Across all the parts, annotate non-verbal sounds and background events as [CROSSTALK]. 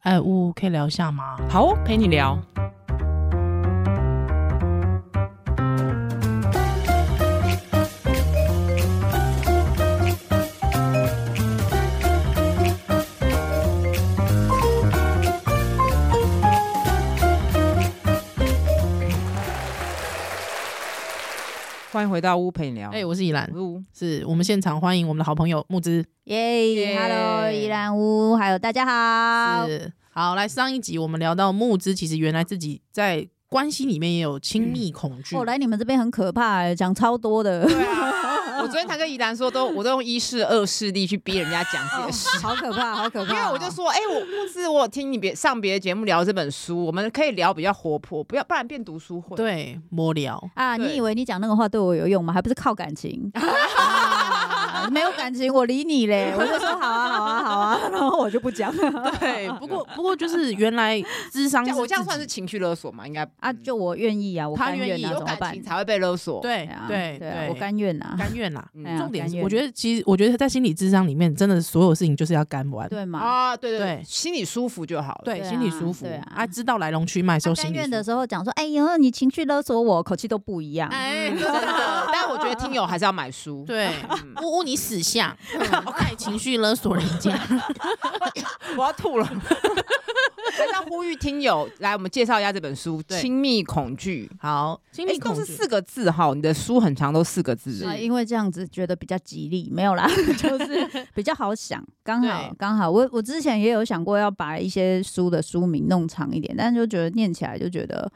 哎，呜，可以聊一下吗？好哦，陪你聊。欢迎回到屋陪你聊。哎，我是依兰，屋是我们现场欢迎我们的好朋友木之。耶耶，Hello，依兰屋，还有大家好。是好，来上一集我们聊到木之，其实原来自己在关系里面也有亲密恐惧。我嗯哦来你们这边很可怕、欸，讲超多的，对啊，我昨天才跟怡兰说，都我都用一势二势力去逼人家讲自己的事。好可怕，好可怕、因为我就，说，哎、我木子，我有听你别上别的节目聊这本书，我们可以聊比较活泼，不要不然变读书会。 [LAUGHS] 对，摸 [LAUGHS] 聊。啊，对你以为你讲那个话对我有用吗？还不是靠 [LAUGHS] 感情。啊没有感情，我理 [LAUGHS] 你嘞！我就说好啊，好啊，好啊， [LAUGHS] 然后我就不讲了对，不过不过就是原来智商这是样我这样自算己是情绪勒索嘛？应该啊。嗯就我愿意啊，我他甘愿愿意啊，有有怎么感办情？才会被勒索。，对啊对对啊，对，我甘愿啊，甘愿啦。哎呀重点甘是，愿我觉得其实我觉得在心理智商里面，真的所有事情就是要干完。对嘛？啊，对对对对，心里舒服就好了。对，对心里啊舒服对啊啊，知道来龙去脉时他候甘心里愿舒的服。时候讲说，哎呦，你情绪勒索我，口气都不一样。哎，[LAUGHS] 真的，但我觉得听友还是要买书。对，嗯呜呜，你死 [LAUGHS] 相，嗯爱情绪勒索人家。 [LAUGHS] 我要吐了。 [LAUGHS] 还是要呼吁听友来，我们介绍一下这本书对《亲密恐惧》。好，心哎理，恐都是惧四个字哈，你的书很长，都四个字。啊，因为这样子觉得比较吉利，没 [LAUGHS] 有啦，就是比较好想，刚好对刚好。我我之前也有想过要把一些书的书名弄长一点，但是就觉得念起来就觉得，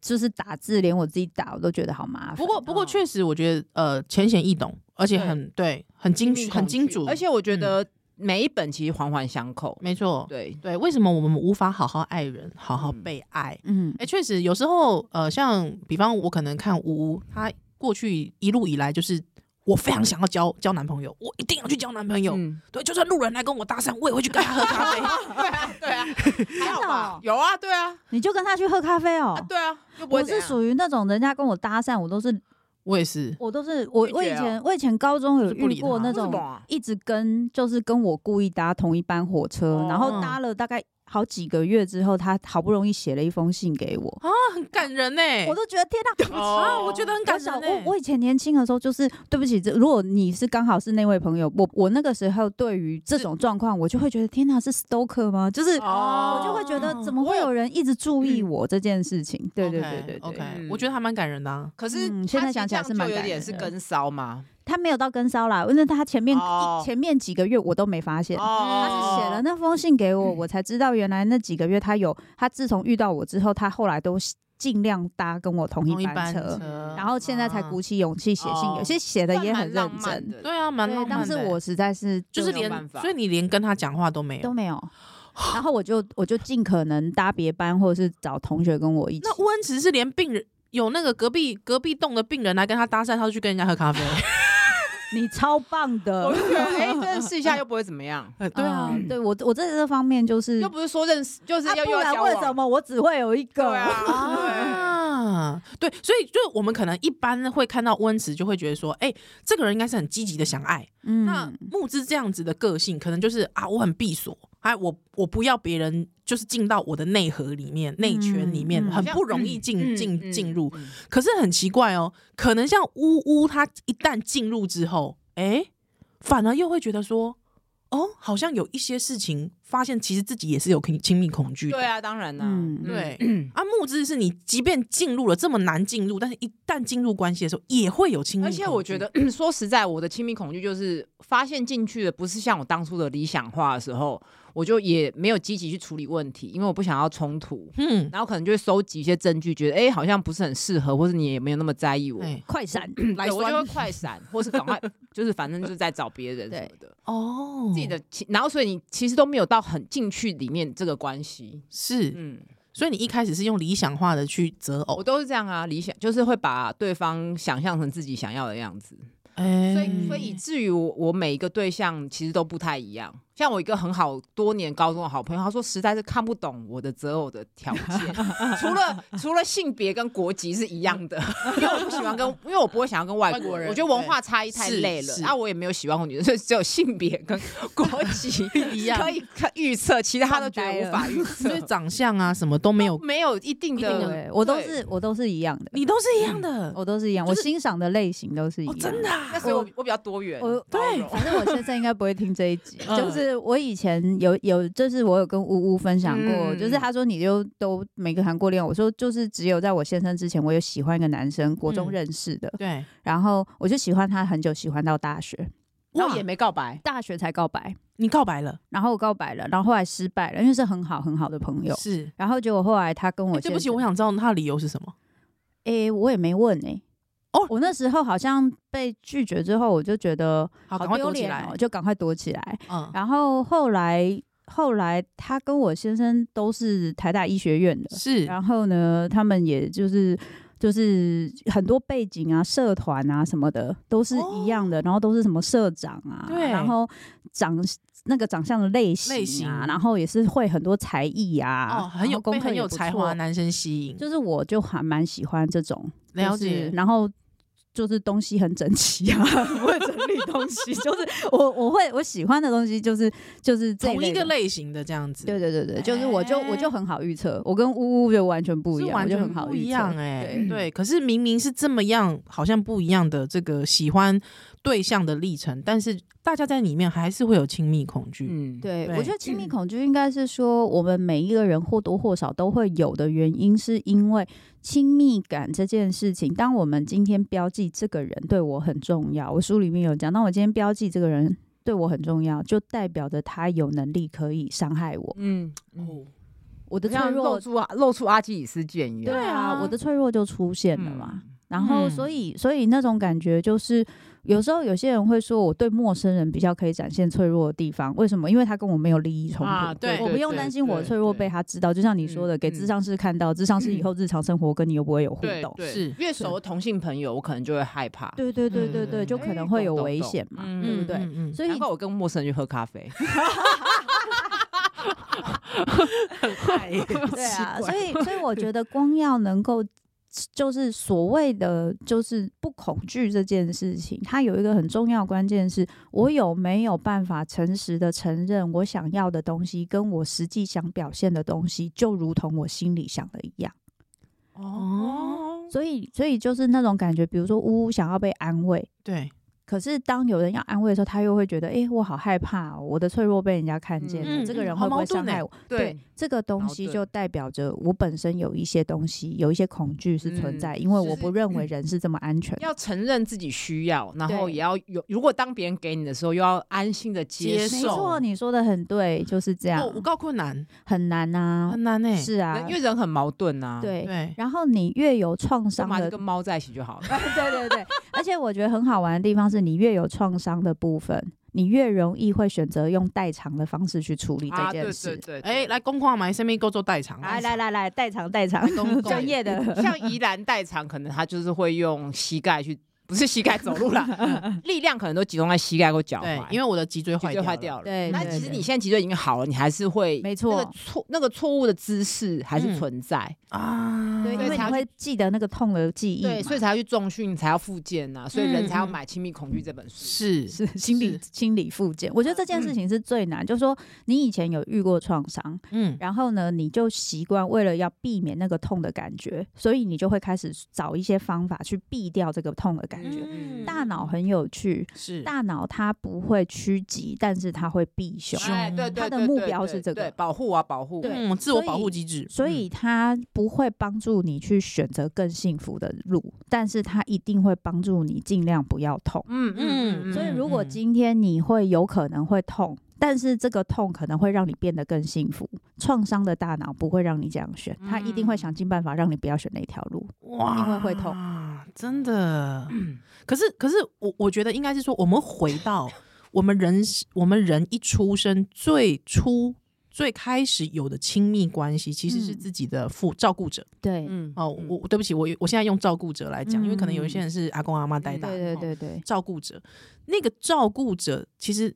就是打字连我自己打我都觉得好麻烦。不过，不哦过确实，我觉得呃，浅显易懂，而且对很嗯对，很精密很恐精惧准，而且我觉得每一本其实环环相扣。没错，对，对，为什么我们无法好好爱人，好好嗯被爱？嗯哎、，确实，有时候呃，像比方我可能看呜呜，她过去一路以来就是。我非常想要交交男朋友，我一定要去交男朋友。嗯对，就算路人来跟我搭讪，我也会去跟他喝咖啡。 [LAUGHS] 对啊，对 [LAUGHS] 啊，还好真的吧哦？有啊，对啊，你就跟他去喝咖啡哦、啊，对啊，又不会我怎是样属于那种人家跟我搭讪，我都是 [LAUGHS] 我也是，我都是我拒绝我以哦前我以前高中有就是不理遇过他那为什种么啊一直跟就是跟我故意搭同一班火车，然后哦搭嗯了大概好几个月之后，他好不容易写了一封信给我，很感人呢、我都觉得天哪、啊，我觉得很我感小人欸呢、我我以前年轻的时候，就是对不起，这如果你是刚好是那位朋友，我我那个时候对于这种状况，我就会觉得天哪，是 stalker 吗？就是哦我就会觉哦得怎么会有人一直注意我这件事情？对对对对对 o k 嗯我觉得还蛮感人的、啊。可是嗯现他其实在想起这来样是蛮就有感点人是的跟梢嘛。他没有到跟骚啦，因为他前面、哦一前面几个月我都没发现。他是写了那封信给我，我才知道原来那几个月他有，他自从遇到我之后，他后来都尽量搭跟我同一班车，车然后现在才啊鼓起勇气写信哦，有些写的那也很认真，的，对啊，蛮对浪漫但的是欸我实在是就是没有连办，法所以你连跟他讲话都没都有。[LAUGHS] 没有，然后我就我就尽可能搭别班，或者是找同学跟我一起那。温慈是连病人有那个隔壁隔壁栋的病人来跟他搭讪，他就去跟人家喝 [LAUGHS] 咖啡。你超棒我的，就觉得 [LAUGHS] 哎，真的试一下又不会怎么样，呃 [LAUGHS] 对啊，嗯对我我在这方面就是，又不是说认识，就是嗯啊要不又要然交为什往。么我只会有一对 [LAUGHS] 个？啊，啊，对，所以就我们可能一般会看到温慈，就会觉得说，哎、这个人应该是很积极的想爱。那嗯，木之这样子的个性，可能就是啊，我很闭锁，哎，我我不要别人就是进到我的内核里面、内圈里面，嗯很像不容易嗯进进嗯进入。嗯可是很奇怪哦，可能像呜呜，他一旦进入之后，哎，反而又会觉得说，哦，好像有一些事情，发现其实自己也是有亲亲密恐惧的。对啊，当然啦，嗯对，啊，木之是你即便进入了这么难进入，但是一旦进入关系的时候，也会有亲密嗯而恐惧。且我觉得，说实在，我的亲密恐惧就是发现进去的不是像我当初的理想化的时候，我就也没有积极去处理问题，因为我不想要冲突，嗯，然后可能就会收集一些证据，觉得哎、诶好像不是很适合，或是你也没有那么在意我，哎，快闪， [CLEARS THROAT] 来我就会快闪，或是赶快，就是反正就是在找别人对什么的，哦，自己的亲，然后所以你其实都没有到很进去里面这个关系，是，嗯，所以你一开始是用理想化的去择我偶，都是这样啊，理想就是会把对方想象成自己想要的样子。哎所以，所以以至于我我每一个对象其实都不太一样。像我一个很好多年高中的好朋友，他说实在是看不懂我的择偶的条件，除了除了性别跟国籍是一样的，因为我不喜欢跟，因为我不会想要跟外外国国人人，我觉得文化差异太是累了，是然后我也没有喜欢过女生，所以只有性别跟国籍一样可以可预测，其他都觉得无法预 [LAUGHS] 测所以，长相啊什么都没有，没有一定一定的的对，我都对是我都是一样的，你都是一样的，我都是一样，就我是欣赏的类型都嗯是一哦，样。真的啊、 [LAUGHS] 那所以我我比较多元，我对。包容 [LAUGHS] 反正我现在应该不会听这一集 [LAUGHS] 嗯就是我以前有有，就是我有跟呜呜分享过，嗯就是他说你就都每个韩国恋，我说就是只有在我先生之前，我有喜欢一个男生，国中嗯认识的，对，然后我就喜欢他很久，喜欢到大学，然后哇也没告 [LAUGHS] 白，大学才告白，你告白了，然后我告白了，然后后来失败了，因为是很好很好的朋友，是、然后结果后来他跟我哎对不起，先生我想知道他的理由是什么。诶、我也没问诶。哦我那时候好像被拒绝之后，我就觉得好，赶快丢躲起脸来哦，。就赶快躲起来。嗯，然后后来，后来他跟我先生都是台大医学院的，是，然后呢，他们也就是就是很多背景啊、社团啊什么的都是一样的，然后都是什么社长啊，哦对然后长那个长相的类型啊，类型然后也是会很多才艺啊，哦，很然有后功被课很也有不才错华的男生吸引，就是我就还蛮喜欢这种，了就是嗯解。然后就是东西很整齐啊， [LAUGHS] 我会整理东西，就是我我会我喜欢的东西就是就是这同一类个的。类型的这样子，哎对对对对，就是我就我就很好预测，我跟呜呜就完全不一是样，完我就全很好不预测一样哎、对 [LAUGHS] 对，可是明明是这么样，好像不一样的这个喜欢对象的历程，但是大家在里面还是会有亲密恐惧。嗯，对，对我觉得亲密恐惧应该是说，我们每一个人或多或少都会有的原因，是因为亲密感这件事情。当我们今天标记这个人对我很重要，我书里面有讲，当我今天标记这个人对我很重要，就代表着他有能力可以伤害我。嗯，哦，我的这样脆露弱，出啊，露出阿基里斯腱一对样，啊啊，我的脆弱就出现了嗯嘛。然后，嗯所以，所以那种感觉就是，有时候有些人会说，我对陌生人比较可以展现脆弱的地方，为什么？因为他跟我没有利益冲突，啊对我不对用对担心我对脆弱被对他知道。就像你说嗯的，给嗯智商师看到，智商师以后日常生活跟你又不会有互动。对是越熟的同性朋友，我可能就会害怕，对对对对嗯对，就可能哎会有懂懂危懂险嘛，嗯对不对？嗯嗯所以难怪我跟陌生人去喝咖啡，对啊，所以所以我觉得光要能够。就是所谓的，就是不恐惧这件事情，它有一个很重要的关键是，我有没有办法诚实的承认我想要的东西，跟我实际想表现的东西，就如同我心里想的一样。哦，所以，所以就是那种感觉，比如说呜呜想要被安慰，对，可是当有人要安慰的时候，他又会觉得，诶，我好害怕哦、我的脆弱被人家看见了，嗯这个嗯人好会不矛会盾伤欸害我？对，这个东矛西盾就代表着我本身有一些东西，有一些恐惧是存在，嗯因为就我是不认为人是这么安全的。要承认自己需要，然后对也要有，如果当别人给你的时候，又要安心的接接没受受，错，你说的很对，就是这样哦，，无告困难，很难啊，很难哎、是啊，欸人因为人很矛盾啊，，对。对，然后你越有创干伤嘛就的，跟猫在一起就好了，对 [LAUGHS] 对对，而且我觉得很好玩的地方是你越有创伤的部分，你越容易会选择用代偿的方式去处理这啊，对件对事。对，哎、对。来公矿买生命够做代偿，啊来来来来，代偿代偿，公公 [LAUGHS] 专业 [LAUGHS] 的像宜兰代偿，可能他就是会用膝盖去，不是膝盖走路 [LAUGHS] 啦，力量可能都集中在膝盖或脚对踝，，因为我的脊椎脊坏椎掉坏了，掉了。对那对其实对你现在脊椎已经好了，你还是会没错那个错那个错误的姿势还是嗯存在，啊，对，因对为你才会记得那个痛的记忆嘛，对，所以才要去重训，才要复健呐，所以人才要嗯嗯买《亲密恐惧》这本书。是是 [LAUGHS] 心理是心理复健。我觉得这件事情是最难，就是说你以前有遇过创伤，嗯，然后呢，你就习惯为了要避免那个痛的感觉，所以你就会开始找一些方法去避掉这个痛的感觉。嗯大脑很有趣，是大脑它不会趋吉，但是它会避凶，哎，对对，它的对目对标对是这个对保护啊，保护。对嗯，自我保护所以机制，所以它不会帮助你去选择更幸福的路，但是它一定会帮助你尽量不要痛。嗯嗯所以，如果嗯今天你会有可能会痛，但是这个痛可能会让你变得更幸福。创伤的大脑不会让你这样选，他一定嗯会想尽办法让你不要选那条路。哇因为会痛，嗯真的。嗯可是，可是我我觉得应该是说，我们回 [LAUGHS] 到我们人是，我们人一出生最初最开始有的亲密关系，其实是嗯自己的父照顾者。对嗯哦，我我对不起，我我现在用照顾者来讲，因为可能嗯有一些人是阿公阿妈带大的，对哦对对对，照顾者，那个照顾者其实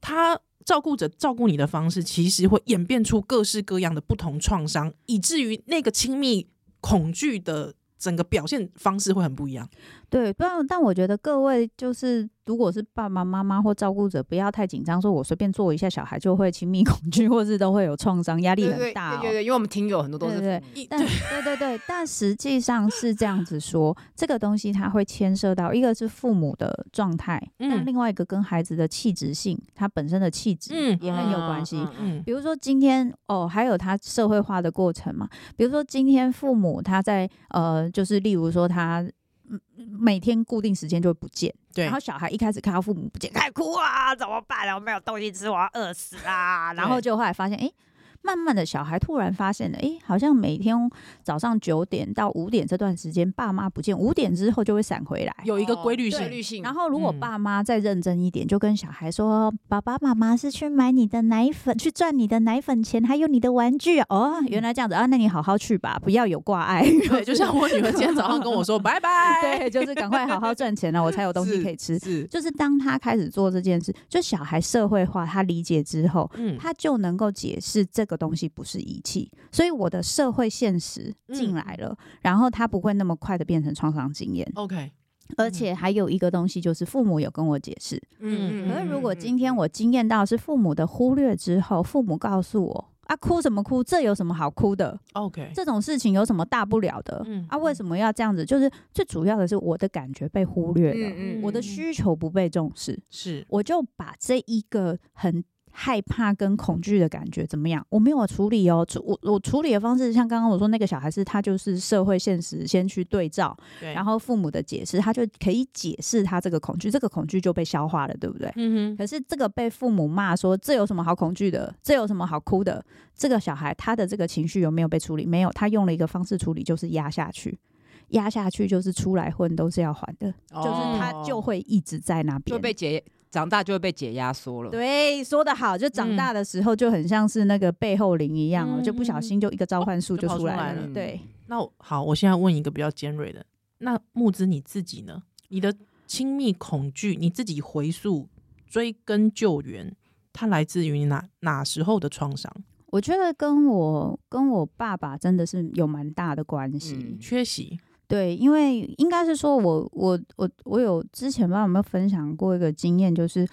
他照顾者照顾你的方式，其实会演变出各式各样的不同创伤，以至于那个亲密恐惧的整个表现方式会很不一样。对，但但我觉得各位就是，如果是爸爸妈妈或照顾者，不要太紧张，说我随便做一下，小孩就会亲密恐惧，或是都会有创伤，压力对很对大、对哦。对对，因为我们听友很多都是对父母一但对对对，但实际上是这样子说，这个东西它会牵涉到一个是父母的状态，那嗯另外一个跟孩子的气质性，他本身的气质，嗯也很有关系嗯嗯嗯嗯比如说今天哦，还有他社会化的过程嘛。比如说今天父母他在呃，就是例如说他嗯每天固定时间就会不见，对然后小孩一开始看到父母不见，开始哭啊，怎么办啊？我没有东西吃，我要饿死啦。嗯然后就后来发现，哎、慢慢的小孩突然发现了，哎、好像每天早上九点到五点这段时间爸妈不见，五点之后就会闪回来。有一个规律哦规性，律性，然后，如果嗯爸妈再认真一点，就跟小孩说：“爸爸妈妈是去买你的奶粉，去赚你的奶粉钱，还有你的玩具啊哦。”嗯原来这样子啊，那你好好去吧，不要有挂碍。对，就 [LAUGHS] 像我女儿今天早上跟我 [LAUGHS] 说拜拜，对，就是赶快好好赚钱了，我才有东西可以吃。是，就是当他开始做这件事，就小孩社会化，他理解之后，嗯，他就能够解释这个东西不是遗弃，所以我的社会现实嗯进来了，然后他不会那么快的变成创伤经验。 OK，而且还有一个东西就是父母有跟我解释，嗯可是如果嗯今天我经验到是父母的忽略之后，父母告诉我啊，哭什么哭？这有什么好哭的？哎 OK，这种事情有什么大不了的？嗯啊，为什么要这样子？就是最主要的是我的感觉被忽略了，嗯我的需求不被重视，是我就把这一个很。害怕跟恐惧的感觉怎么样？我没有处理哦，处我我处理的方式，像刚刚我说那个小孩是，他就是社会现实先去对照，对，然后父母的解释，他就可以解释他这个恐惧，这个恐惧就被消化了，对不对？嗯哼，可是这个被父母骂说这有什么好恐惧的，这有什么好哭的？这个小孩他的这个情绪有没有被处理？没有，他用了一个方式处理，就是压下去，压下去就是出来混都是要还的，就是哦他就会一直在那就边。被解长大就会被解压缩了。对，说的好，就长大的时候就很像是那个背后灵一样哦，嗯就不小心就一个召唤术哦就跑出出来来了对，那我好，我现在问一个比较尖锐的，那木子你自己呢？你的亲密恐惧，你自己回溯追根究源，它来自于哪哪时候的创伤？我觉得跟我跟我爸爸真的是有蛮大的关系。嗯缺席，对，因为应该是说我我我我有之前不知道有没有分享过一个经验，就是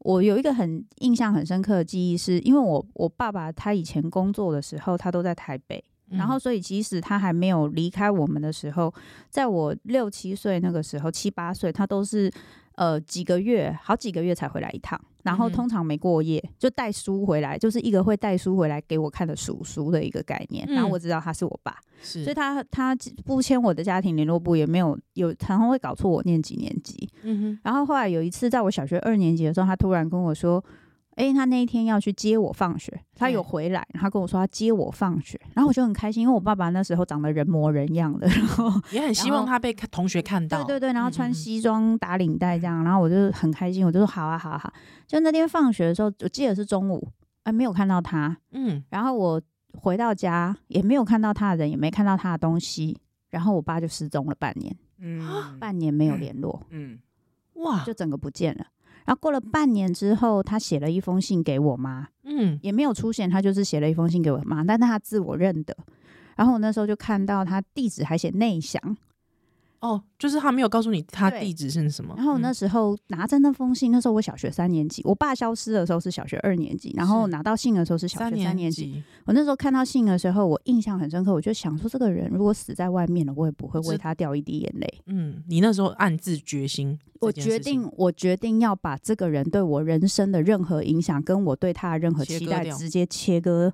我有一个很印象很深刻的记忆是，因为我我爸爸他以前工作的时候，他都在台北，然嗯后所以即使他还没有离开我们的时候，在我六七岁那个时候，七八岁，他都是呃几个月，好几个月才回来一趟，然后嗯哼通常没过夜，就带书回来，就是一个会带书回来给我看的叔叔的一个概念，然后嗯我知道他是我爸。是，所以他他不签我的家庭联络簿，也没有有常常会搞错我念几年级。嗯然后后来有一次，在我小学二年级的时候，他突然跟我说：“诶，他那一天要去接我放学，他有对回来，他跟我说他接我放学。”然后我就很开心，因为我爸爸那时候长得人模人样的，然后哼，也很希望他被看同学看到，对对对，然后穿嗯西装打领带这样，然后我就很开心，我就说：“好啊，好啊，好啊。”就那天放学的时候，我记得是中午，哎，没有看到他，嗯，然后我回到家也没有看到他的人，也没看到他的东西，然后我爸就失踪了半年，嗯啊半年没有联络，嗯哇就，整个不见了。然后过了半年之后，他写了一封信给我妈，嗯也没有出现，他就是写了一封信给我妈，但他自我认得。然后我那时候就看到他地址还写内详，哦，就是他没有告诉你他对地址是什么，然后我那嗯时候拿着那封信，那时候我小学三年级，我爸消失的时候是小学二年级，然后是拿到信的时候是小学三年级，级我那时候看到信的时候，我印象很深刻，我就想说，这个人如果死在外面了，我也不会为是他掉一滴眼泪。嗯，你那时候暗自决心，我决定，我决定要把这个人对我人生的任何影响，跟我对他的任何切期割待，掉直接切割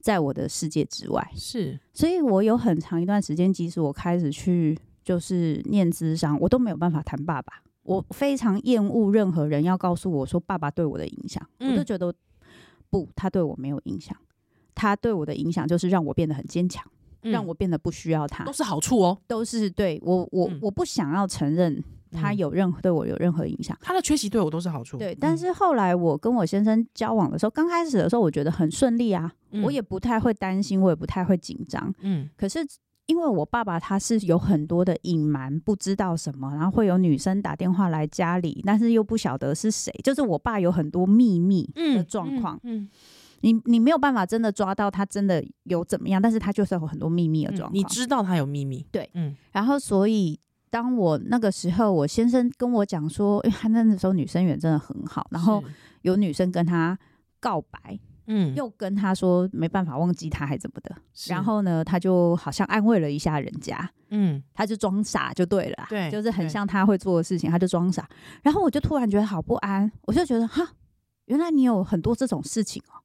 在我的世界之外。是所以我有很长一段时间，即使我开始去就是念智商，我都没有办法谈爸爸。我非常厌恶任何人要告诉我说爸爸对我的影响，我就嗯觉得不，他对我没有影响，他对我的影响就是让我变得很坚强。让我变得不需要他嗯都，是好处哦，都是对我我、嗯我不想要承认他嗯有任何对我有任何影响。他的缺席对我都是好处，对，嗯但是后来我跟我先生交往的时候，刚开始的时候我觉得很顺利啊，嗯我也不太会担心，我也不太会紧张。嗯可是因为我爸爸他是有很多的隐瞒，不知道什么，然后会有女生打电话来家里，但是又不晓得是谁，就是我爸有很多秘密的状况。嗯，你你没有办法真的抓到他真的有怎么样，但是他就是有很多秘密的嗯状况。你知道他有秘密，对嗯，然后所以当我那个时候，我先生跟我讲说，因为他那时候女生缘真的很好，然后是有女生跟他告白，嗯，又跟他说没办法忘记他还怎么的，是然后呢，他就好像安慰了一下人家。嗯，他就装傻就对了啦，对就是很对像他会做的事情，他就装傻。然后我就突然觉得好不安，我就觉得哈，原来你有很多这种事情哦、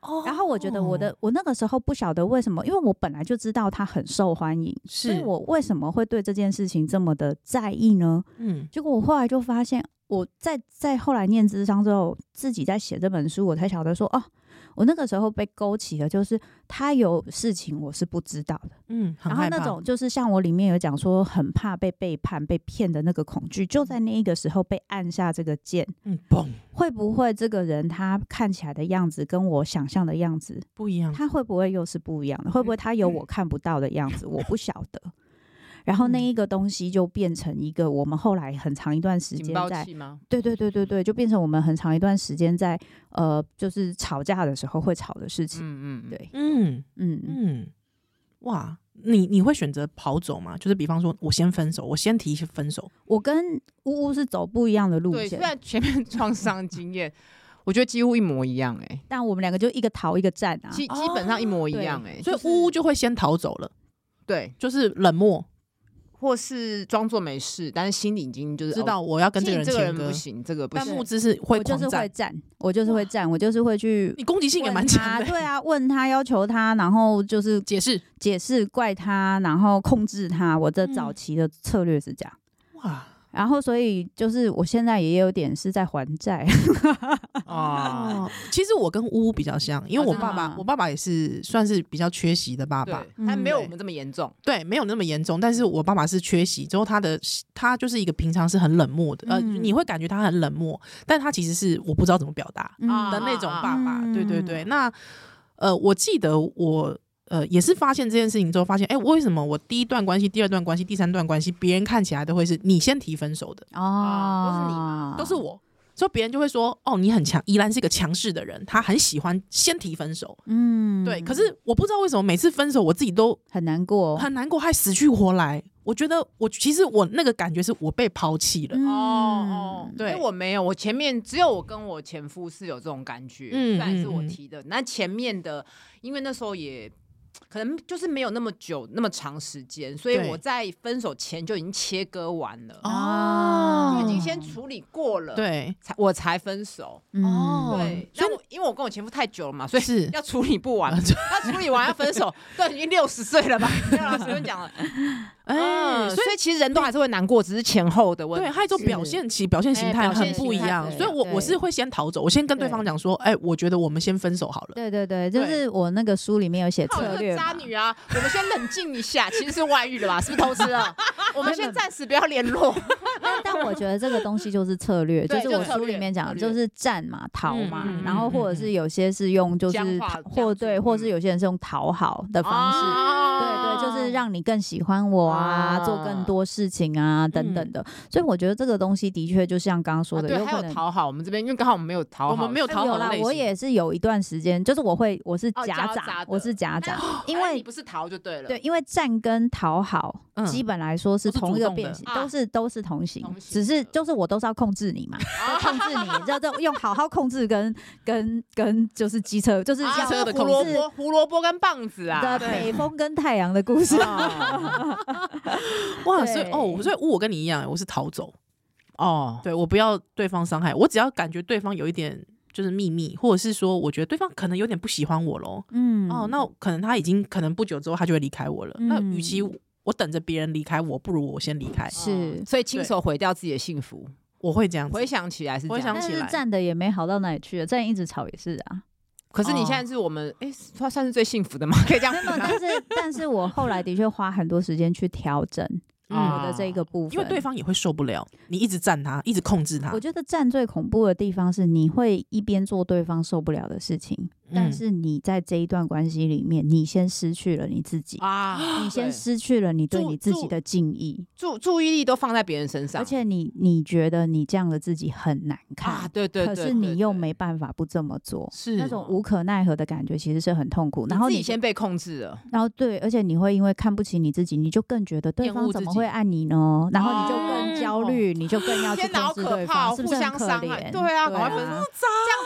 哦然后我觉得我的我那个时候不晓得为什么，因为我本来就知道他很受欢迎，所以是我为什么会对这件事情这么的在意呢？嗯结果我后来就发现，我在在后来念智商之后，自己在写这本书，我才晓得说哦。我那个时候被勾起的就是他有事情我是不知道的，嗯，很然后害那怕种就是像我里面有讲说，很怕被背叛、被骗的那个恐惧，就在那一个时候被按下这个键，嗯嘣会不会这个人他看起来的样子跟我想象的样子，不一样，他会不会又是不一样的？会嗯不会他有我看不到的样子？我不晓得。然后那嗯一个东西就变成一个我们后来很长一段时警间报在器吗？对对对对对，就变成我们很长一段时间在呃，就是吵架的时候会吵的事情。嗯嗯，嗯，对，嗯嗯，嗯，哇，你你会选择跑走吗？就是比方说，我先分手，我先提分手，我跟呜呜是走不一样的路对，虽线。然前面创伤经验， [LAUGHS] 我觉得几乎一模一样，哎，但我们两个就一个逃一个站啊。哦基基本上一模一对样，哎，所以就是呜呜就会先逃走了，对，就是冷漠，或是装作没事，但是心里已经就是知哦道我要跟心这个里人这个人切割不。行，这个不但行木。之是会我就狂是会战，站，我就是会站，我就是会去你攻击性也蛮问强他，的。欸对啊，问他要求他，然后就是解释解释怪他，然后控制他。我的嗯早期的策略是这样，哇，然后所以就是我现在也有点是在还 [LAUGHS] 债，哦，哦，其实我跟呜呜比较像，因为哦我真的爸爸，吗我爸爸也是算是比较缺席的爸对爸，，但没有嗯我们这么严重。对，没有那么严重，但是我爸爸是缺席之后，他的他就是一个平常是很冷漠的，呃，嗯你会感觉他很冷漠，但他其实是我不知道怎么表达 [LAUGHS] 啊的那种爸爸，嗯对对对。那呃，我记得我。呃，也是发现这件事情之后，发现哎、为什么我第一段关系、第二段关系、第三段关系，别人看起来都会是你先提分手的，啊都是你哦，都是我，所以别人就会说哦，你很强，依然是一个强势的人，他很喜欢先提分手。嗯哦对，可是我不知道为什么每次分手我自己都很难过，很难过，还死去活来。我觉得我其实我那个感觉是我被抛弃了。嗯哦哦，对因为我没有，我前面只有我跟我前夫是有这种感觉，嗯虽然是我嗯嗯提的，那前面的，因为那时候也。可能就是没有那么久、那么长时间，所以对我在分手前就已经切割完了，哦就已经先处理过了，，对，才我才分手。嗯哦对，所以那我因为我跟我前夫太久了嘛，所以是要处理 [LAUGHS] 不完，要处理完要分 [LAUGHS] 手，都已经六十岁了吧？没有啦，随便讲了。哎、嗯，所所以以其实人都还是会难过，只是前后的问对，题。还有一种表现其表现形态哎表很现不一形态样，对所以我对我是会先逃走，我先跟对方讲说，哎、我觉得我们先分手好了。对对对，就是我那个书里面有写靠策这略个嘛渣女啊！我们先冷静一下，其实是外遇了吧？是不是偷吃 [LAUGHS] 了？我们先暂时不要联络。 [LAUGHS] 但我觉得这个东西就是策略，就对是我就策书略里面讲的，策就略是战嘛、逃嘛，嗯嗯然后或者是有些是用就是僵化讨僵或住对，或是嗯有些人是用讨好的方式，啊对对，就是让你更喜欢我啊，啊做更多事情啊等等的。所以我觉得这个东西的确就像刚刚说啊的，对，有还可有能。讨好，我们这边因为刚好我们没有讨好，我们没有哎讨好有的啦类，型我也是有一段时间，就是我会我是哦夹夹杂，杂我的是夹杂，因哎为你不是逃就对了，对，，因为战跟讨好、嗯基本来说是都是同一主个动变的形，啊都是都是同型同，型只是的就是我都是要控制你嘛，就控制你，就就用好好控制跟跟跟就是机车，就是啊要车的胡控萝制卜、胡萝卜跟棒子啊的，北风跟太阳的故事。 [LAUGHS] 啊哇，对所以哦，所以我跟你一样，我是逃走，哦，对我不要对方伤害，我只要感觉对方有一点就是秘密，或者是说我觉得对方可能有点不喜欢我喽，嗯哦，那可能他已经可能不久之后他就会离开我了。那与其我等着别人离开我，不如我先离开。嗯是，哦所以亲手毁掉自己的幸福，我会这样子回。想起来是这回想样但起。是来站的也没好到哪里去了，站一直吵也是啊。可是你哦现在是我们哎，算算是最幸福的吗？ [LAUGHS] 可以这样没子有，吗 [LAUGHS] 但是但是我后来的确花很多时间去调整嗯我的这个部分，因为对方也会受不了，你一直赞他，啊一直控制他我。觉得站最恐怖的地方是，你会一边做对方受不了的事情，但嗯是你在这一段关系里面，你先失去了你自己，啊，你先对失去了你对注你自己注的敬意，注注意力都放在别人身上，而且你你觉得你这样的自己很难看，啊，对对对，可是对你又对没办法不这么做。是那种无可奈何的感觉其实是很痛苦，然后你自你己先被控制了，然后对，而且你会因为看不起你自己，你就更觉得对厌方恶怎自么己会爱你呢？然后你就哦更焦虑，你 [LAUGHS] 就更要去天哪，好控制可对怕方，哦，是不互是很相可伤害，怜？对啊，对搞完分啊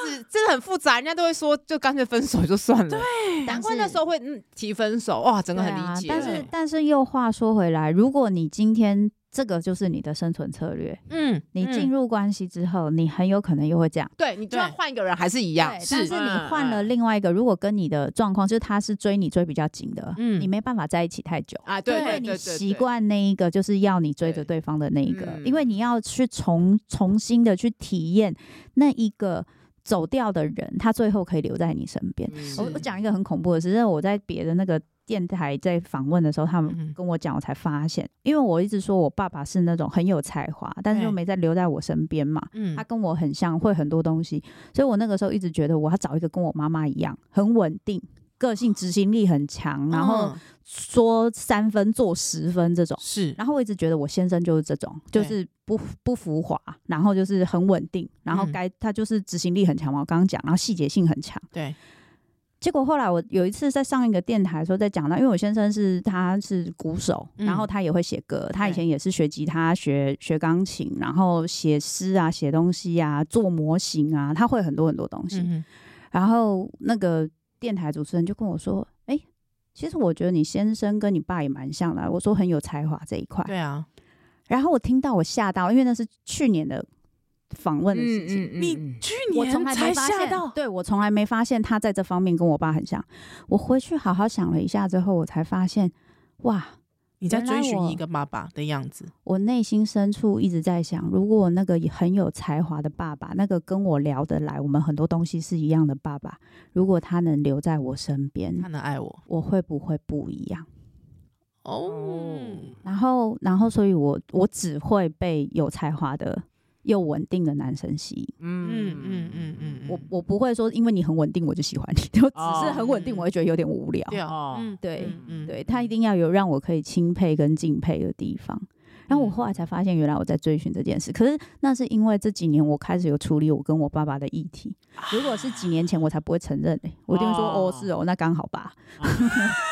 这样子真的很复杂，人家都会说就干脆分手就算 [LAUGHS] 了，对，难但怪那是时候会嗯提分手，哇，整个对很理解，啊。但对是但是又话说回来，如果你今天这个就是你的生存策略，嗯，你进入入关系之后，你很有可能又会这样。对你就算对换一个人还是一样对，，是但是你换了嗯另外一个，如果跟你的状况就是他是追你追比较紧的，嗯你没办法在一起太久。啊，对因为对你对，习惯那一个，就是要你追着对方的那一个，嗯因为你要去重重新的去体验那一个走掉的人，他最后可以留在你身边。嗯我是我讲一个很恐怖的事，是我在别的那个电台在访问的时候，他们嗯跟我讲，我才发现，因为我一直说我爸爸是那种很有才华，但是又对没在留在我身边嘛，嗯他跟我很像，会很多东西，所以我那个时候一直觉得我要找一个跟我妈妈一样，很稳定，个性哦执行力很强，然后嗯说三分做十分这种。是哦然后我一直觉得我先生就是这种，就对是不不浮华，然后就是很稳定，然后嗯该、他就是执行力很强嘛，我刚刚讲，然后细节性很强。对结果后来我有一次在上一个电台的时候在讲到，因为我先生是他是鼓手，嗯然后他也会写歌，他以对前也是学吉他、学学钢琴，然后写诗啊、写东西啊、做模型啊，他会很多很多东西。嗯然后那个电台主持人就跟我说：“哎、其实我觉得你先生跟你爸也蛮像的啊。”我说很有才华这一块哼，。对啊，然后我听到我吓到，因为那是去年的访问的事情。嗯你去我从年来才没发吓现，到，对我从来没发现他在这方面跟我爸很像。我回去好好想了一下之后，我才发现，哇，你在原来追寻我一个爸爸的样子，我内心深处一直在想，如果那个很有才华的爸爸，那个跟我聊得来，我们很多东西是一样的爸爸，如果他能留在我身边他，能爱我我会不会不一样？哦，然后，然后，所以我我只会被有才华的又稳定的男生吸引。嗯嗯嗯嗯，哦我嗯我不会说，因为你很稳定我就喜欢你， [LAUGHS] 就只是哦很稳定，嗯我会觉得有点无聊。对哦啊，嗯对嗯嗯对他一定要有让我可以钦佩跟敬佩的地方。然后我后来才发现，原来我在追寻这件事。可是那是因为这几年我开始有处理我跟我爸爸的议题。如果是几年前，我才不会承认、欸、我一定会说哦哦是哦，那刚好吧。 [LAUGHS]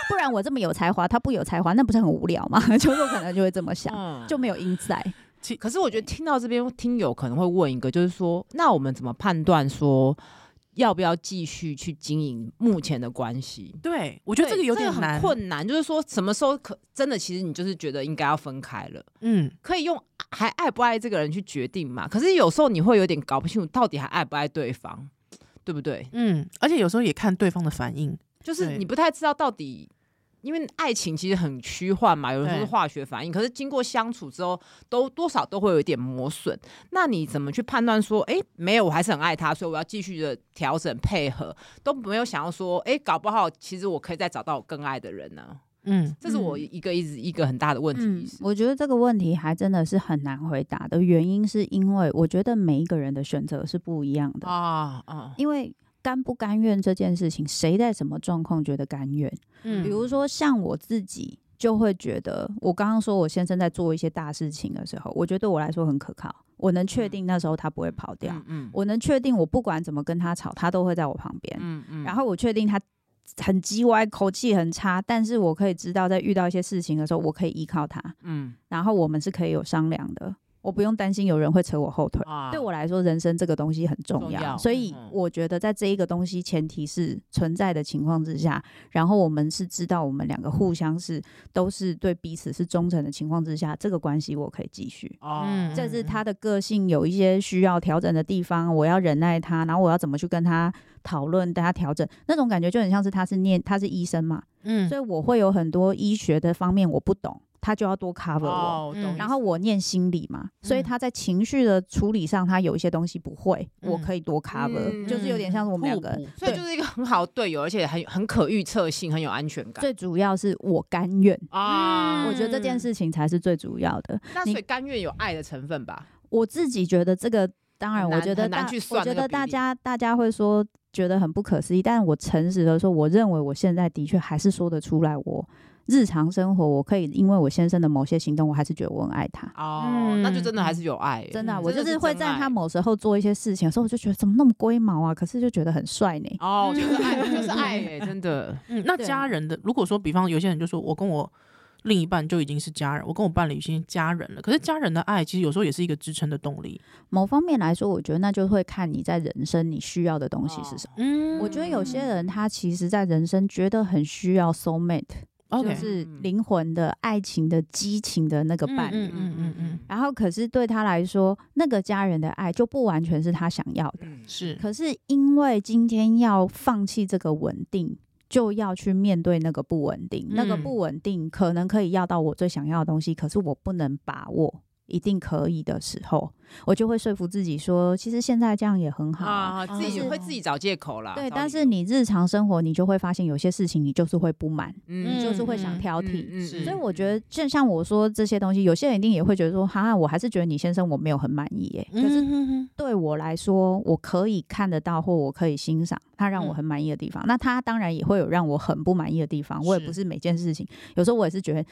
不然我这么有才华，他不有才华，那不是很无聊吗？ [LAUGHS] 就是我可能就会这么想，嗯就没有因在。可是我觉得听到这边，听友可能会问一个，就是说，那我们怎么判断说要不要继续去经营目前的关系？对，我觉得这个有点很难，困难，就是说什么时候可真的，其实你就是觉得应该要分开了，嗯，可以用还爱不爱这个人去决定嘛。可是有时候你会有点搞不清楚到底还爱不爱对方，对不对？嗯，而且有时候也看对方的反应，就是对你不太知道到底，因为爱情其实很虚幻嘛，有人说是对化学反应，可是经过相处之后，都多少都会有一点磨损。那你怎么去判断说，哎、没有，我还是很爱他，所以我要继续的调整配合，都没有想要说，哎、搞不好其实我可以再找到我更爱的人呢、嗯这是我一个一直一个很大的问题意识。嗯我觉得这个问题还真的是很难回答的原因，是因为我觉得每一个人的选择是不一样的。啊嗯啊，因为甘不甘愿这件事情，谁在什么状况觉得甘愿？嗯比如说像我自己，就会觉得我刚刚说我先生在做一些大事情的时候，我觉得对我来说很可靠，我能确定那时候他不会跑掉，啊嗯嗯我能确定我不管怎么跟他吵，他都会在我旁边，嗯嗯然后我确定他。很叽歪，口气很差，但是我可以知道，在遇到一些事情的时候，我可以依靠他，嗯然后我们是可以有商量的，我不用担心有人会扯我后腿。啊对我来说，人生这个东西很重重要，要所以嗯嗯我觉得在这一个东西前提是存在的情况之下，然后我们是知道我们两个互相是都是对彼此是忠诚的情况之下，这个关系我可以继续。哦嗯这是他的个性有一些需要调整的地方，我要忍耐他，然后我要怎么去跟他讨论，跟他调整，那种感觉就很像是他是念他是医生嘛，嗯所以我会有很多医学的方面我不懂，他就要多 cover 我。哦，我懂嗯意然思后我念心理嘛，所以嗯他在情绪的处理上，他有一些东西不会，我嗯可以多 cover，、嗯就是有点像是我们两个人。互补所以就是一个很好的队友，而且很很可预测性，很有安全感最主要是我甘愿，啊。我觉得这件事情才是最主要的。那你所以甘愿有爱的成分吧？我自己觉得这个，当然，很我难觉得很难大去算我觉那个得大比例家大家会说觉得很不可思议，但我诚实的说，我认为我现在的确还是说得出来我。日常生活，我可以因为我先生的某些行动，我还是觉得我很爱他。哦，嗯那就真的还是有爱耶，真的啊、嗯我这就是是会真在他爱某时候做一些事情的时候，我就觉得怎么那么龟毛啊，可是就觉得很帅呢。哦，就是 [LAUGHS] 爱，嗯就是爱耶，真的。嗯，那对家人的，如果说比方有些人就说我跟我另一半就已经是家人，我跟我伴侣已经是家人了，可是家人的爱其实有时候也是一个支撑的动力。某方面来说，我觉得那就会看你在人生你需要的东西哦是什么。嗯我觉得有些人他其实，在人生觉得很需要 soul mate，、 OK，就是灵魂的、爱情的、激情的那个伴侣。嗯嗯嗯嗯然后，可是对他来说，那个家人的爱就不完全是他想要的。嗯是可是因为今天要放弃这个稳定，就要去面对那个不稳定。那个嗯不稳定可能可以要到我最想要的东西，可是我不能把握。一定可以的时候，我就会说服自己说，其实现在这样也很好、啊。啊，自己就是会自己找借口啦。对，啊找但理是由，你日常生活，你就会发现有些事情你就是会不满，嗯你就是会嗯想挑剔。嗯所所以我觉得，就像我说这些东西，有些人一定也会觉得说，哈，我还是觉得你先生我没有很满意、耶。可是是对我来说，我可以看得到或我可以欣赏他让我嗯很满意的地方。那他当然也会有让我很不满意的地方。我也不是是每件事情，有时候我也是觉得，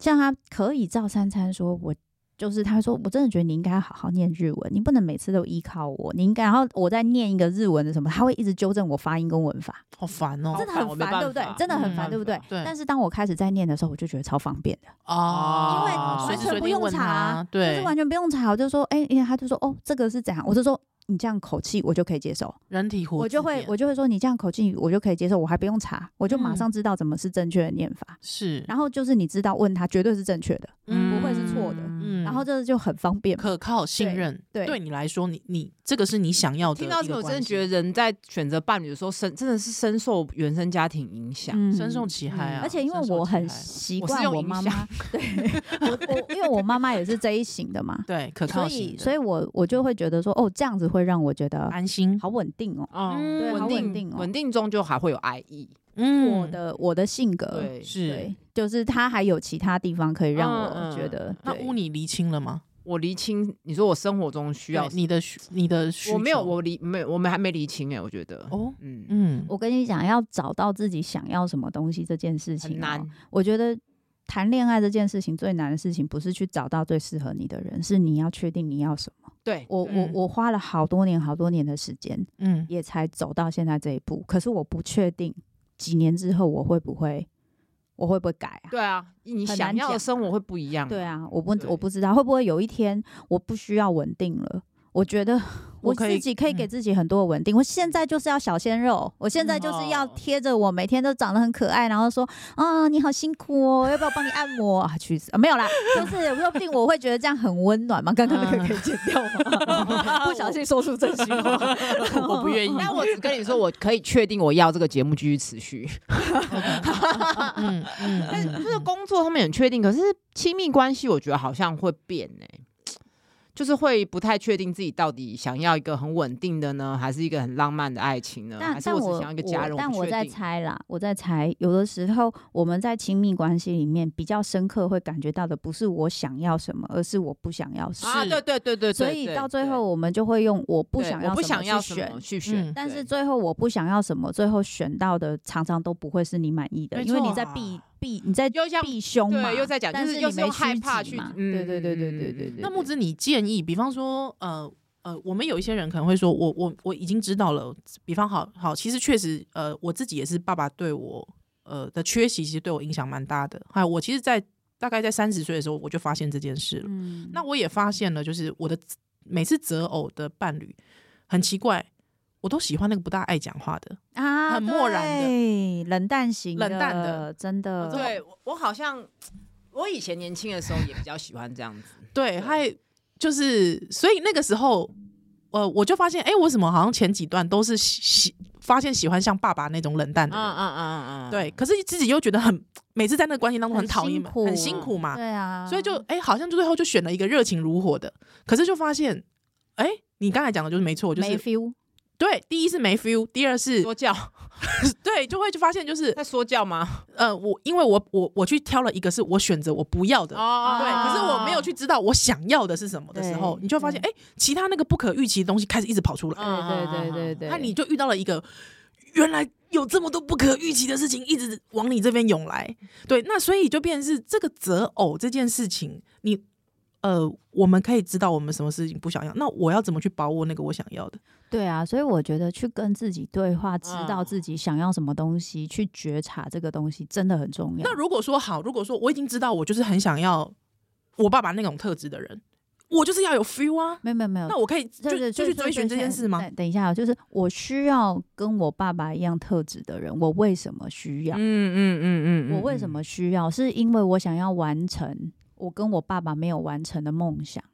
像他可以照三餐说我。就是他说，我真的觉得你应该好好念日文，你不能每次都依靠我，你应该。然后我在念一个日文的什么，他会一直纠正我发音跟文法，好烦嗯好哦真的很我没烦，办对不对法？真的嗯很烦，没对不对办？对但是当我开始在念的时候，我就觉得超方便的。因为哦，完随全时随不地用问查他，就是对，完全不用查，我就说，哎、因为他就说，哦，这个是怎样？我就说，你这样口气我就可以接受，人体活我就字会典我就会说，你这样口气我就可以接受，我还不用查，我就马上知道怎么是正确的念法。是，然后就是你知道问他绝对是正确的，嗯不会是错的嗯然后这就很方便嘛。可啊靠信对任，对对你来说，你你这个是你想要的一听个到关这系，个，我真的觉得人在选择伴侣的时候，深真的是深受原生家庭影响。嗯深受其害啊，而且因为深受我其很害习我是惯用我影妈响妈，对我我因为我妈妈也是这一型的嘛， [LAUGHS] 对可靠所性以的，所以我我就会觉得说，哦，这样子会让我觉得安心，好稳定哦。哦嗯对稳好稳定定哦稳定中就还会有爱意，嗯我的我的性格，对，是对，呃就是他还有其他地方可以让嗯嗯我觉得。那对污你厘清了吗？我厘清，你说我生活中需对要，你的需你的需我没有，求我厘没，我们还没厘清哎，我觉得，哦，嗯，嗯，我跟你讲，要找到自己想要什么东西这件事情、哦很难。，我觉得谈恋爱这件事情最难的事情，不是去找到最适合你的人，是你要确定你要什么。对，我对我嗯我花了好多年好多年的时间，嗯 [LAUGHS] 也才走到现在这一步。可是我不确定几年之后我会不会，我会不会改啊？对啊，你很想难要的讲生活会不一样，对，啊， [LAUGHS] 我不嗯对我不知道会不会有一天我不需要稳定了。我觉得我我可以自己可以给嗯自己很多的稳定。我现在就是要小鲜肉，我现在就是要哦贴着我，每天都长得很可爱，然后说啊你好辛苦哦，要不要帮你按摩 [LAUGHS] 啊？去死、啊！没有啦，就是说不定我会觉得这样很温暖嘛。刚刚那个可以剪掉吗？ [LAUGHS] 不小心说出真心话，我不愿意，但我只跟你说，我可以确定我要这个节目继续持续。嗯嗯，但是嗯就是工作上面很确定，可是亲密关系我觉得好像会变呢、就是会不太确定自己到底想要一个很稳定的呢，还是一个很浪漫的爱情呢，嗯还但是但只我想要一个家人？但不我确在定，猜啦，我在猜，有的时候我们在亲密关系里面比较深刻会感觉到的，不是我想要什么，而是我不想要什么。啊，是对对对对，所对以对到最对后，我们就会用我不对想我要不什想么要去什么选。去选嗯，但是对最后我不想要什么，最后选到的常常都不会是你满意的，没因为错你在啊避避你在又像避凶嘛。对又在讲，就但是是又你是没用害趋怕吉去嘛，嗯对对对对对对对那木子，你建议，比方说，呃呃，我们有一些人可能会说，我我我已经知道了。比方好好，其实确实，呃，我自己也是爸爸对我呃的缺席，其实对我影响蛮大的。还有，我其实在，大概在三十岁的时候，我就发现这件事了。嗯那我也发现了，就是我的每次择偶的伴侣很奇怪，我都喜欢那个不大爱讲话的。啊，很漠然的对冷淡型、冷淡的，真的。对我我好像我以前年轻的时候也比较喜欢这样子，对，还就是，所以那个时候，呃，我就发现，哎、我怎么好像前几段都是喜喜发现喜欢像爸爸那种冷 [LAUGHS] 淡嗯的人，嗯嗯嗯嗯，对，可是自己又觉得很，每次在那个关系当中很很讨厌辛嘛，苦很辛苦嘛，对啊，所以就哎、好像就最后就选了一个热情如火的，可是就发现，哎、你刚才讲的就是没错，就没是 feel。对，第一是没 feel，第二是说教， [LAUGHS] 对，就会就发现就是在说教吗？呃，我因为我我我去挑了一个是我选择我不要的，哦对，可是我没有去知道我想要的是什么的时候，啊对嗯你就发现哎、其他那个不可预期的东西开始一直跑出来，对对对对对，那、你就遇到了一个原来有这么多不可预期的事情一直往你这边涌来，对，那所以就变成是这个择偶这件事情，你呃，我们可以知道我们什么事情不想要，那我要怎么去把握那个我想要的？对啊，所以我觉得去跟自己对话，知道嗯自己想要什么东西，去觉察这个东西真的很重要那。如果说好，如果说我已经知道我就是很想要我爸爸那种特质的人，我就是要有 feel 啊，没有没有没有那，我可以就对对就对去对追寻对这件事吗？对等一下哦，就是我需要跟我爸爸一样特质的人，我为什么需要？嗯嗯嗯我为什么需要？是因为我想要完成我跟我爸爸没有完成的梦想。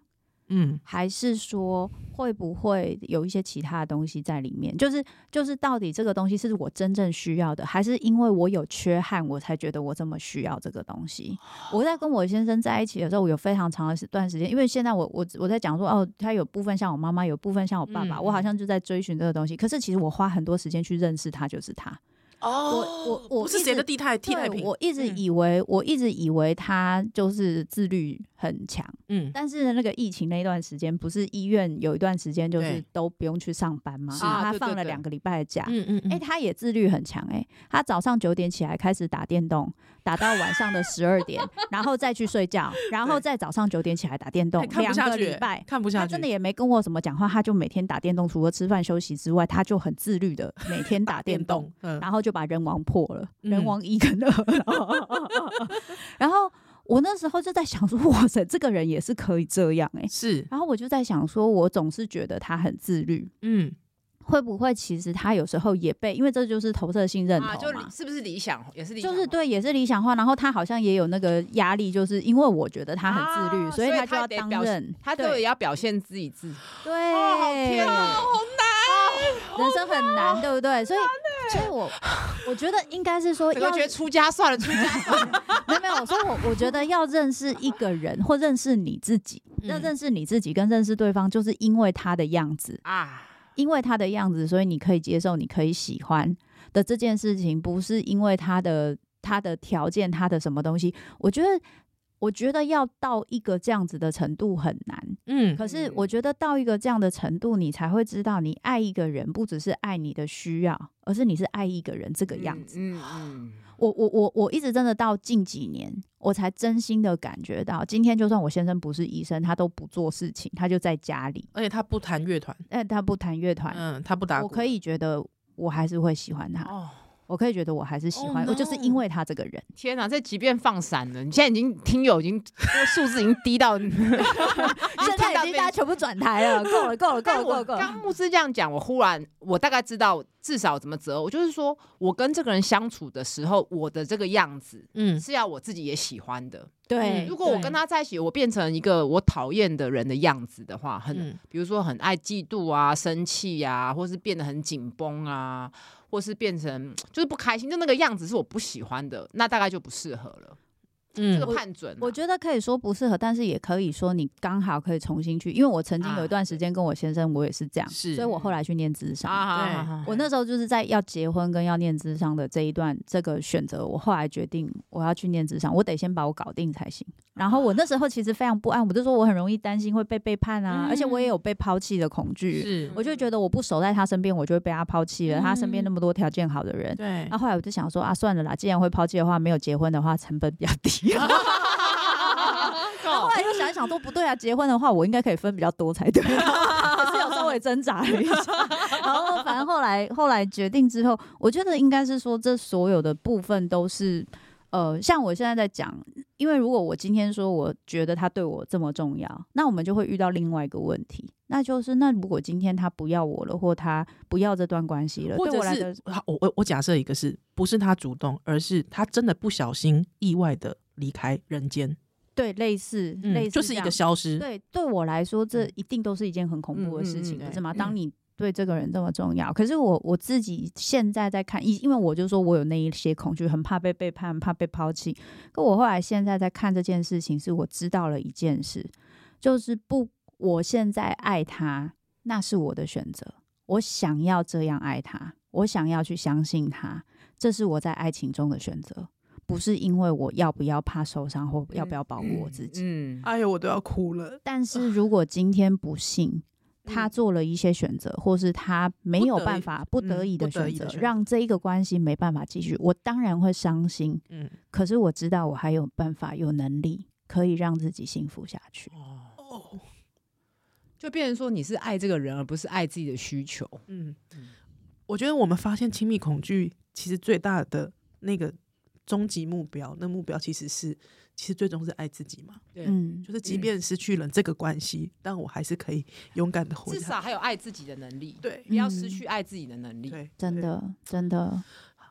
嗯，还是说会不会有一些其他的东西在里面？就是就是，到底这个东西是我真正需要的，还是因为我有缺憾，我才觉得我这么需要这个东西？我在跟我先生在一起的时候，我有非常长的时段时间，因为现在我我我在讲说，哦，他有部分像我妈妈，有部分像我爸爸，嗯我好像就在追寻这个东西。可是其实我花很多时间去认识他，就是他。哦我我不是一谁直的替代替代对品？我一直嗯以为，我一直以为他就是自律很强。嗯，但是那个疫情那一段时间，不是医院有一段时间就是对都不用去上班吗？是然后啊他对放对了对两个礼拜的假。哎、嗯嗯嗯，他也自律很强哎、他早上九点起来开始打电动，打到晚上的十二点，然后再去睡觉，然后对再早上九点起来打电动哎，看不两下个去礼欸，拜。看不下他去，真的也没跟我怎么讲话，他就每天打电动，除了吃饭休息之外，他就很自律的每天打电电动。动，嗯然后就把人王破了，人嗯王一跟二， [LAUGHS] 然后我那时候就在想说，哇塞，这个人也是可以这样哎、是，然后我就在想说，我总是觉得他很自律，嗯，会不会其实他有时候也被，因为这就是投射性认同啊？嘛。就理是不是理想也是理想就化，是对，也是理想化。然后他好像也有那个压力，就是因为我觉得他很自律，啊所以所以他就他要得当表现任。他都也对要表现自己自己。对，哦好哦天啊人生很难，对不对？所以，所以我我觉得应该是说我要就觉得出家算了，出家算了。没有没有，我说我我觉得要认识一个人或认识你自己，要嗯认识你自己跟认识对方，就是因为他的样子，啊， [LAUGHS] 因为他的样子，所以你可以接受，你可以喜欢的这件事情，不是因为他的他的条件，他的什么东西。我觉得，我觉得要到一个这样子的程度很难。嗯，可是嗯我觉得到一个这样的程度，你才会知道，你爱一个人不只是爱你的需要，而是你是爱一个人这个样子。嗯嗯，我我我我一直真的到近几年，我才真心的感觉到，今天就算我先生不是医生，他都不做事情，他就在家里，而且他不弹乐团，但他不弹乐团，嗯，他不打我鼓，可以觉得我还是会喜欢他，哦，我可以觉得我还是喜欢， Oh 我就是 no 因为他这个人。天哪，这即便放闪了，你现在已经听友已经数字已经低 [LAUGHS] 到，现在已经大家全部转台了，够了，够了，够啊但了，够我了，够刚了。牧师这样讲，我忽然我大概知道至少怎么择偶，就是说我跟这个人相处的时候，我的这个样子嗯，是要我自己也喜欢的。对，嗯如果我跟他在一起，我变成一个我讨厌的人的样子的话，很嗯比如说很爱嫉妒啊、生气呀、或是变得很紧绷啊，或是变成就是不开心，就那个样子是我不喜欢的，那大概就不适合了。嗯这个判准啊、我觉得可以说不适合，但是也可以说你刚好可以重新去，因为我曾经啊有一段时间跟我先生，我也是这样，是所以我后来去念智商。对啊，我那时候就是在要结婚跟要念智商的这一段这个选择，我后来决定我要去念智商，我得先把我搞定才行。然后我那时候其实非常不安，我就说我很容易担心会被背叛啊，嗯而且我也有被抛弃的恐惧。是，我就觉得我不守在他身边，我就会被他抛弃了。嗯他身边那么多条件好的人，对然后后来我就想说啊，算了啦，既然会抛弃的话，没有结婚的话成本比较低。啊然后后来又想一想，说不对啊，结婚的话我应该可以分比较多才对、啊， [LAUGHS] 只有稍微挣扎了一下。 [LAUGHS] 然后反正后来后来决定之后，我觉得应该是说这所有的部分都是。呃，像我现在在讲，因为如果我今天说我觉得他对我这么重要，那我们就会遇到另外一个问题，那就是那如果今天他不要我了，或他不要这段关系了，或对者我来的是好我我我假设一个是不是他主动，而是他真的不小心意外的离开人间，对类似、嗯，类似就是一这样个消失，对，对我来说，这嗯一定都是一件很恐怖的事情，嗯嗯嗯不是吗？对当你对这个人这么重要，可是我我自己现在在看，因因为我就说我有那一些恐惧，很怕被背叛，很怕被抛弃。可我后来现在在看这件事情，是我知道了一件事，就是不，我现在爱他，那是我的选择。我想要这样爱他，我想要去相信他，这是我在爱情中的选择，不是因为我要不要怕受伤或要不要保护我自己。嗯，哎呦，我都要哭了。但是如果今天不幸，他啊嗯做了一些选择，或是他没不有得已办法不得嗯已的不得选已的择，选择让这一个关系没办法继续，我当然会伤心。嗯，可是我知道我还有办法，有能力可以让自己幸福下去。哦，就变成说你是爱这个人，而不是爱自己的需求。嗯，我觉得我们发现亲密恐惧其实最大的那个终极目标，那目标其实是，其实最终是爱自己嘛。对嗯就，是即便失去了这个关系，但我还是可以勇敢的活至下少还有爱自己的能力，对不要嗯失去爱自己的能力。对，真对的，真的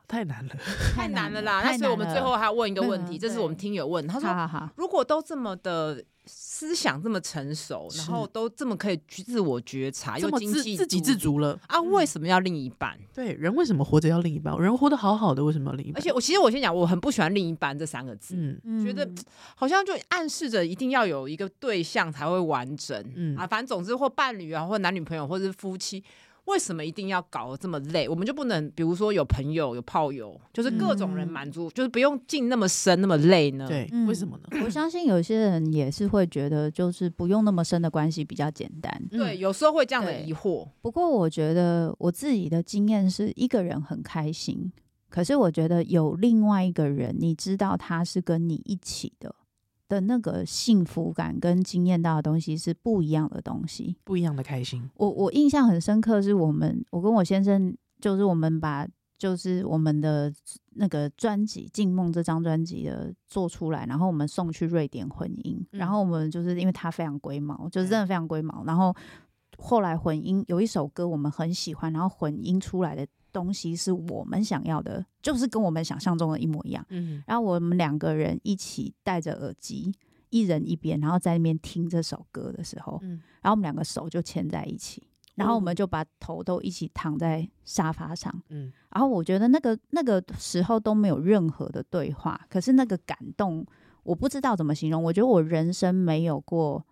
太难了。太难了啦。那太所以我难们了最后还要问一个问对题，啊这是我们对听友问，他好说好好，如果都这么的思想这么成熟，然是后都这么可以去自我觉察，这又么经自济自给自足嗯了，啊，为什么要另一半？对人为什么活着要另一半？人活得好好的，为什么要另一半？而且我其实我先讲，我很不喜欢“另一半”这三个字，嗯，嗯觉得好像就暗示着一定要有一个对象才会完整。嗯啊，反正总之或伴侣啊，或男女朋友，或者是夫妻。为什么一定要搞得这么累？我们就不能，比如说有朋友、有炮友，就是各种人嗯满足，就是不用进那么深、那么累呢？对，嗯为什么呢？我相信有些人也是会觉得，就是不用那么深的关系比较简单。对，嗯，有时候会这样的对疑惑。不过我觉得我自己的经验是一个人很开心，可是我觉得有另外一个人，你知道他是跟你一起的的那个幸福感跟经验到的东西是不一样的东西。不一样的开心。我我印象很深刻，是我们我跟我先生，就是我们把就是我们的那个专辑《静梦》这张专辑的做出来，然后我们送去瑞典混音，嗯然后我们就是因为它非常龟毛，就是嗯真的非常龟毛，然后后来混音有一首歌我们很喜欢，然后混音出来的东西是我们想要的，就是跟我们想象中的一模一样。嗯，然后我们两个人一起戴着耳机，一人一边，然后在那边听这首歌的时候，嗯然后我们两个手就牵在一起，然后我哦们就把头都一起躺在沙发上。嗯，然后我觉得那个那个时候都没有任何的对话，可是那个感动，我不知道怎么形容。我觉得我人生没有过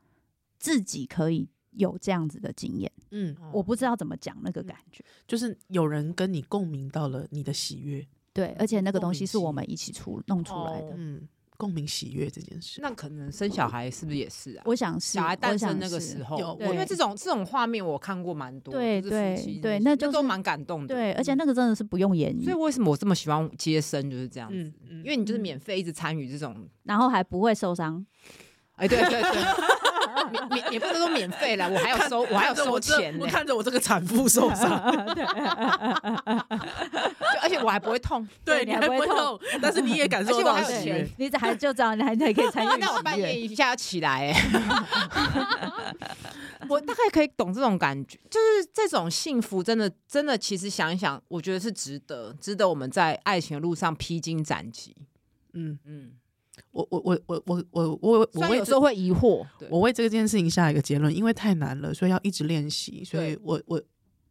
自己可以有这样子的经验，嗯，我哦不知道怎么讲那个嗯感觉。就是有人跟你共鸣到了你的喜悦，对，而且那个共东西鸣是我期们一起出弄出来哦的。嗯，共鸣喜悦这件事。那可能生小孩是不是也是啊？我想是，小孩我诞想生那个是时候，有我因为对这种这种画面我看过蛮多，对就是夫妻对对之间那那就是都蛮感动的。对，而且嗯那个真的是不用言语，所以为什么我这么喜欢接生就是这样子，嗯嗯因为你就是嗯免费一直参与这种，然后还不会受伤。哎，对对对。免免也不能说免费啦，我还要收，我还要看着收我这钱呢我、看着 [LAUGHS] 我这个产妇受 [LAUGHS] 伤，就而且我还不会 [LAUGHS] 痛。对对你你还还不不会会痛，但是你也感而受且我到还有喜钱悦对。，你还就这样，你还你还可以参与 [LAUGHS] 那我半喜悦夜一下要起来、 [LAUGHS] 哎我大概可以懂这种感觉，就是这种幸福，真的真的，其实想一想，我觉得是值得，值得我们在爱情的路上披荆斩棘。嗯，嗯，我我我我我我我虽我然为有时这候会疑惑，对我为这件事情下一个结论，因为太难了，所以要一直练习。所以对我我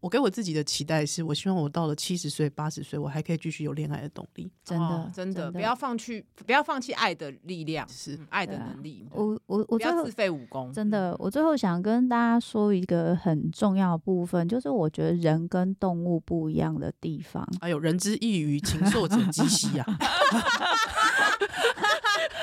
我给我自己的期待是，我希望我到了七十岁、八十岁，我还可以继续有恋爱的动力。真的、哦真的不要放弃，不要放弃爱的力量，是嗯爱的对啊能力，我我我不最要后自废嗯武功。真的，我最后想跟大家说一个很重要的部分，就是我觉得人跟动物不一样的地方。哎呦，人之异于禽兽者 [LAUGHS] 几兮啊！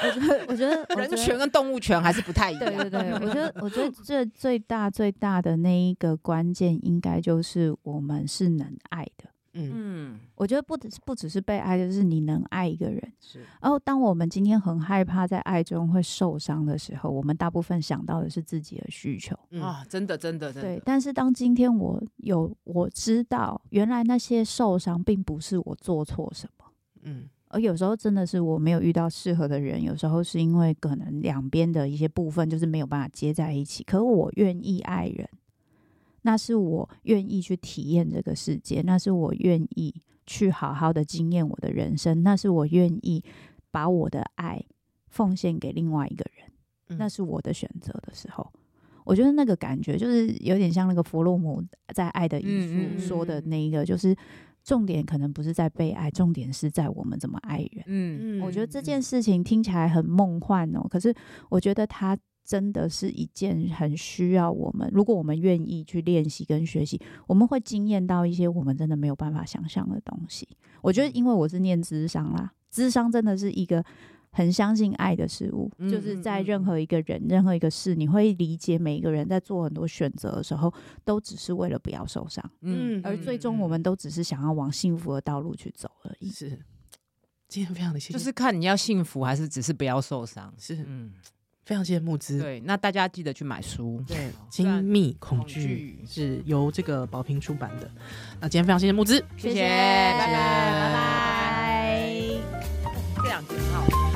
我觉得，我觉 [LAUGHS] 得，我人觉得权跟动物权还是不太一对对样。对，我觉得，我觉得最最大最大的那一个关键，应该就是我们是能爱的。嗯，嗯，我觉得不只不只是被爱，就是你能爱一个人。是然后，当我们今天很害怕在爱中会受伤的时候，我们大部分想到的是自己的需求。嗯啊，真的真的真对的，，但是当今天我有我知道，原来那些受伤并不是我做错什么，嗯而有时候真的是我没有遇到适合的人，有时候是因为可能两边的一些部分就是没有办法接在一起。可我愿意爱人，那是我愿意去体验这个世界，那是我愿意去好好的经验我的人生，那是我愿意把我的爱奉献给另外一个人。嗯那是我的选择的时候，我觉得那个感觉就是有点像那个弗洛姆在《爱的嗯嗯艺嗯术》说的嗯那一个，就是重点可能不是在被爱，重点是在我们怎么爱人。嗯嗯我觉得这件事情听起来很梦幻哦，可是我觉得它真的是一件很需要我们，如果我们愿意去练习跟学习，我们会惊艳到一些我们真的没有办法想象的东西。我嗯觉得，因为我是念智商啦，智商真的是一个很相信爱的事物，嗯就是在嗯嗯任何一个人、任何一个事，你会理解每一个人在做很多选择的时候，都只是为了不要受伤，嗯而最终我们都只是想要往幸福的道路去走而已。是今天非常的谢谢，就是看你要幸福还是只是不要受伤。是嗯，非常谢谢募资。对，那大家记得去买书。对，虽精然密恐恐惧惧是由这个宝瓶出版的。那今天非常谢谢募资。谢谢，拜拜，拜拜。这两天很好。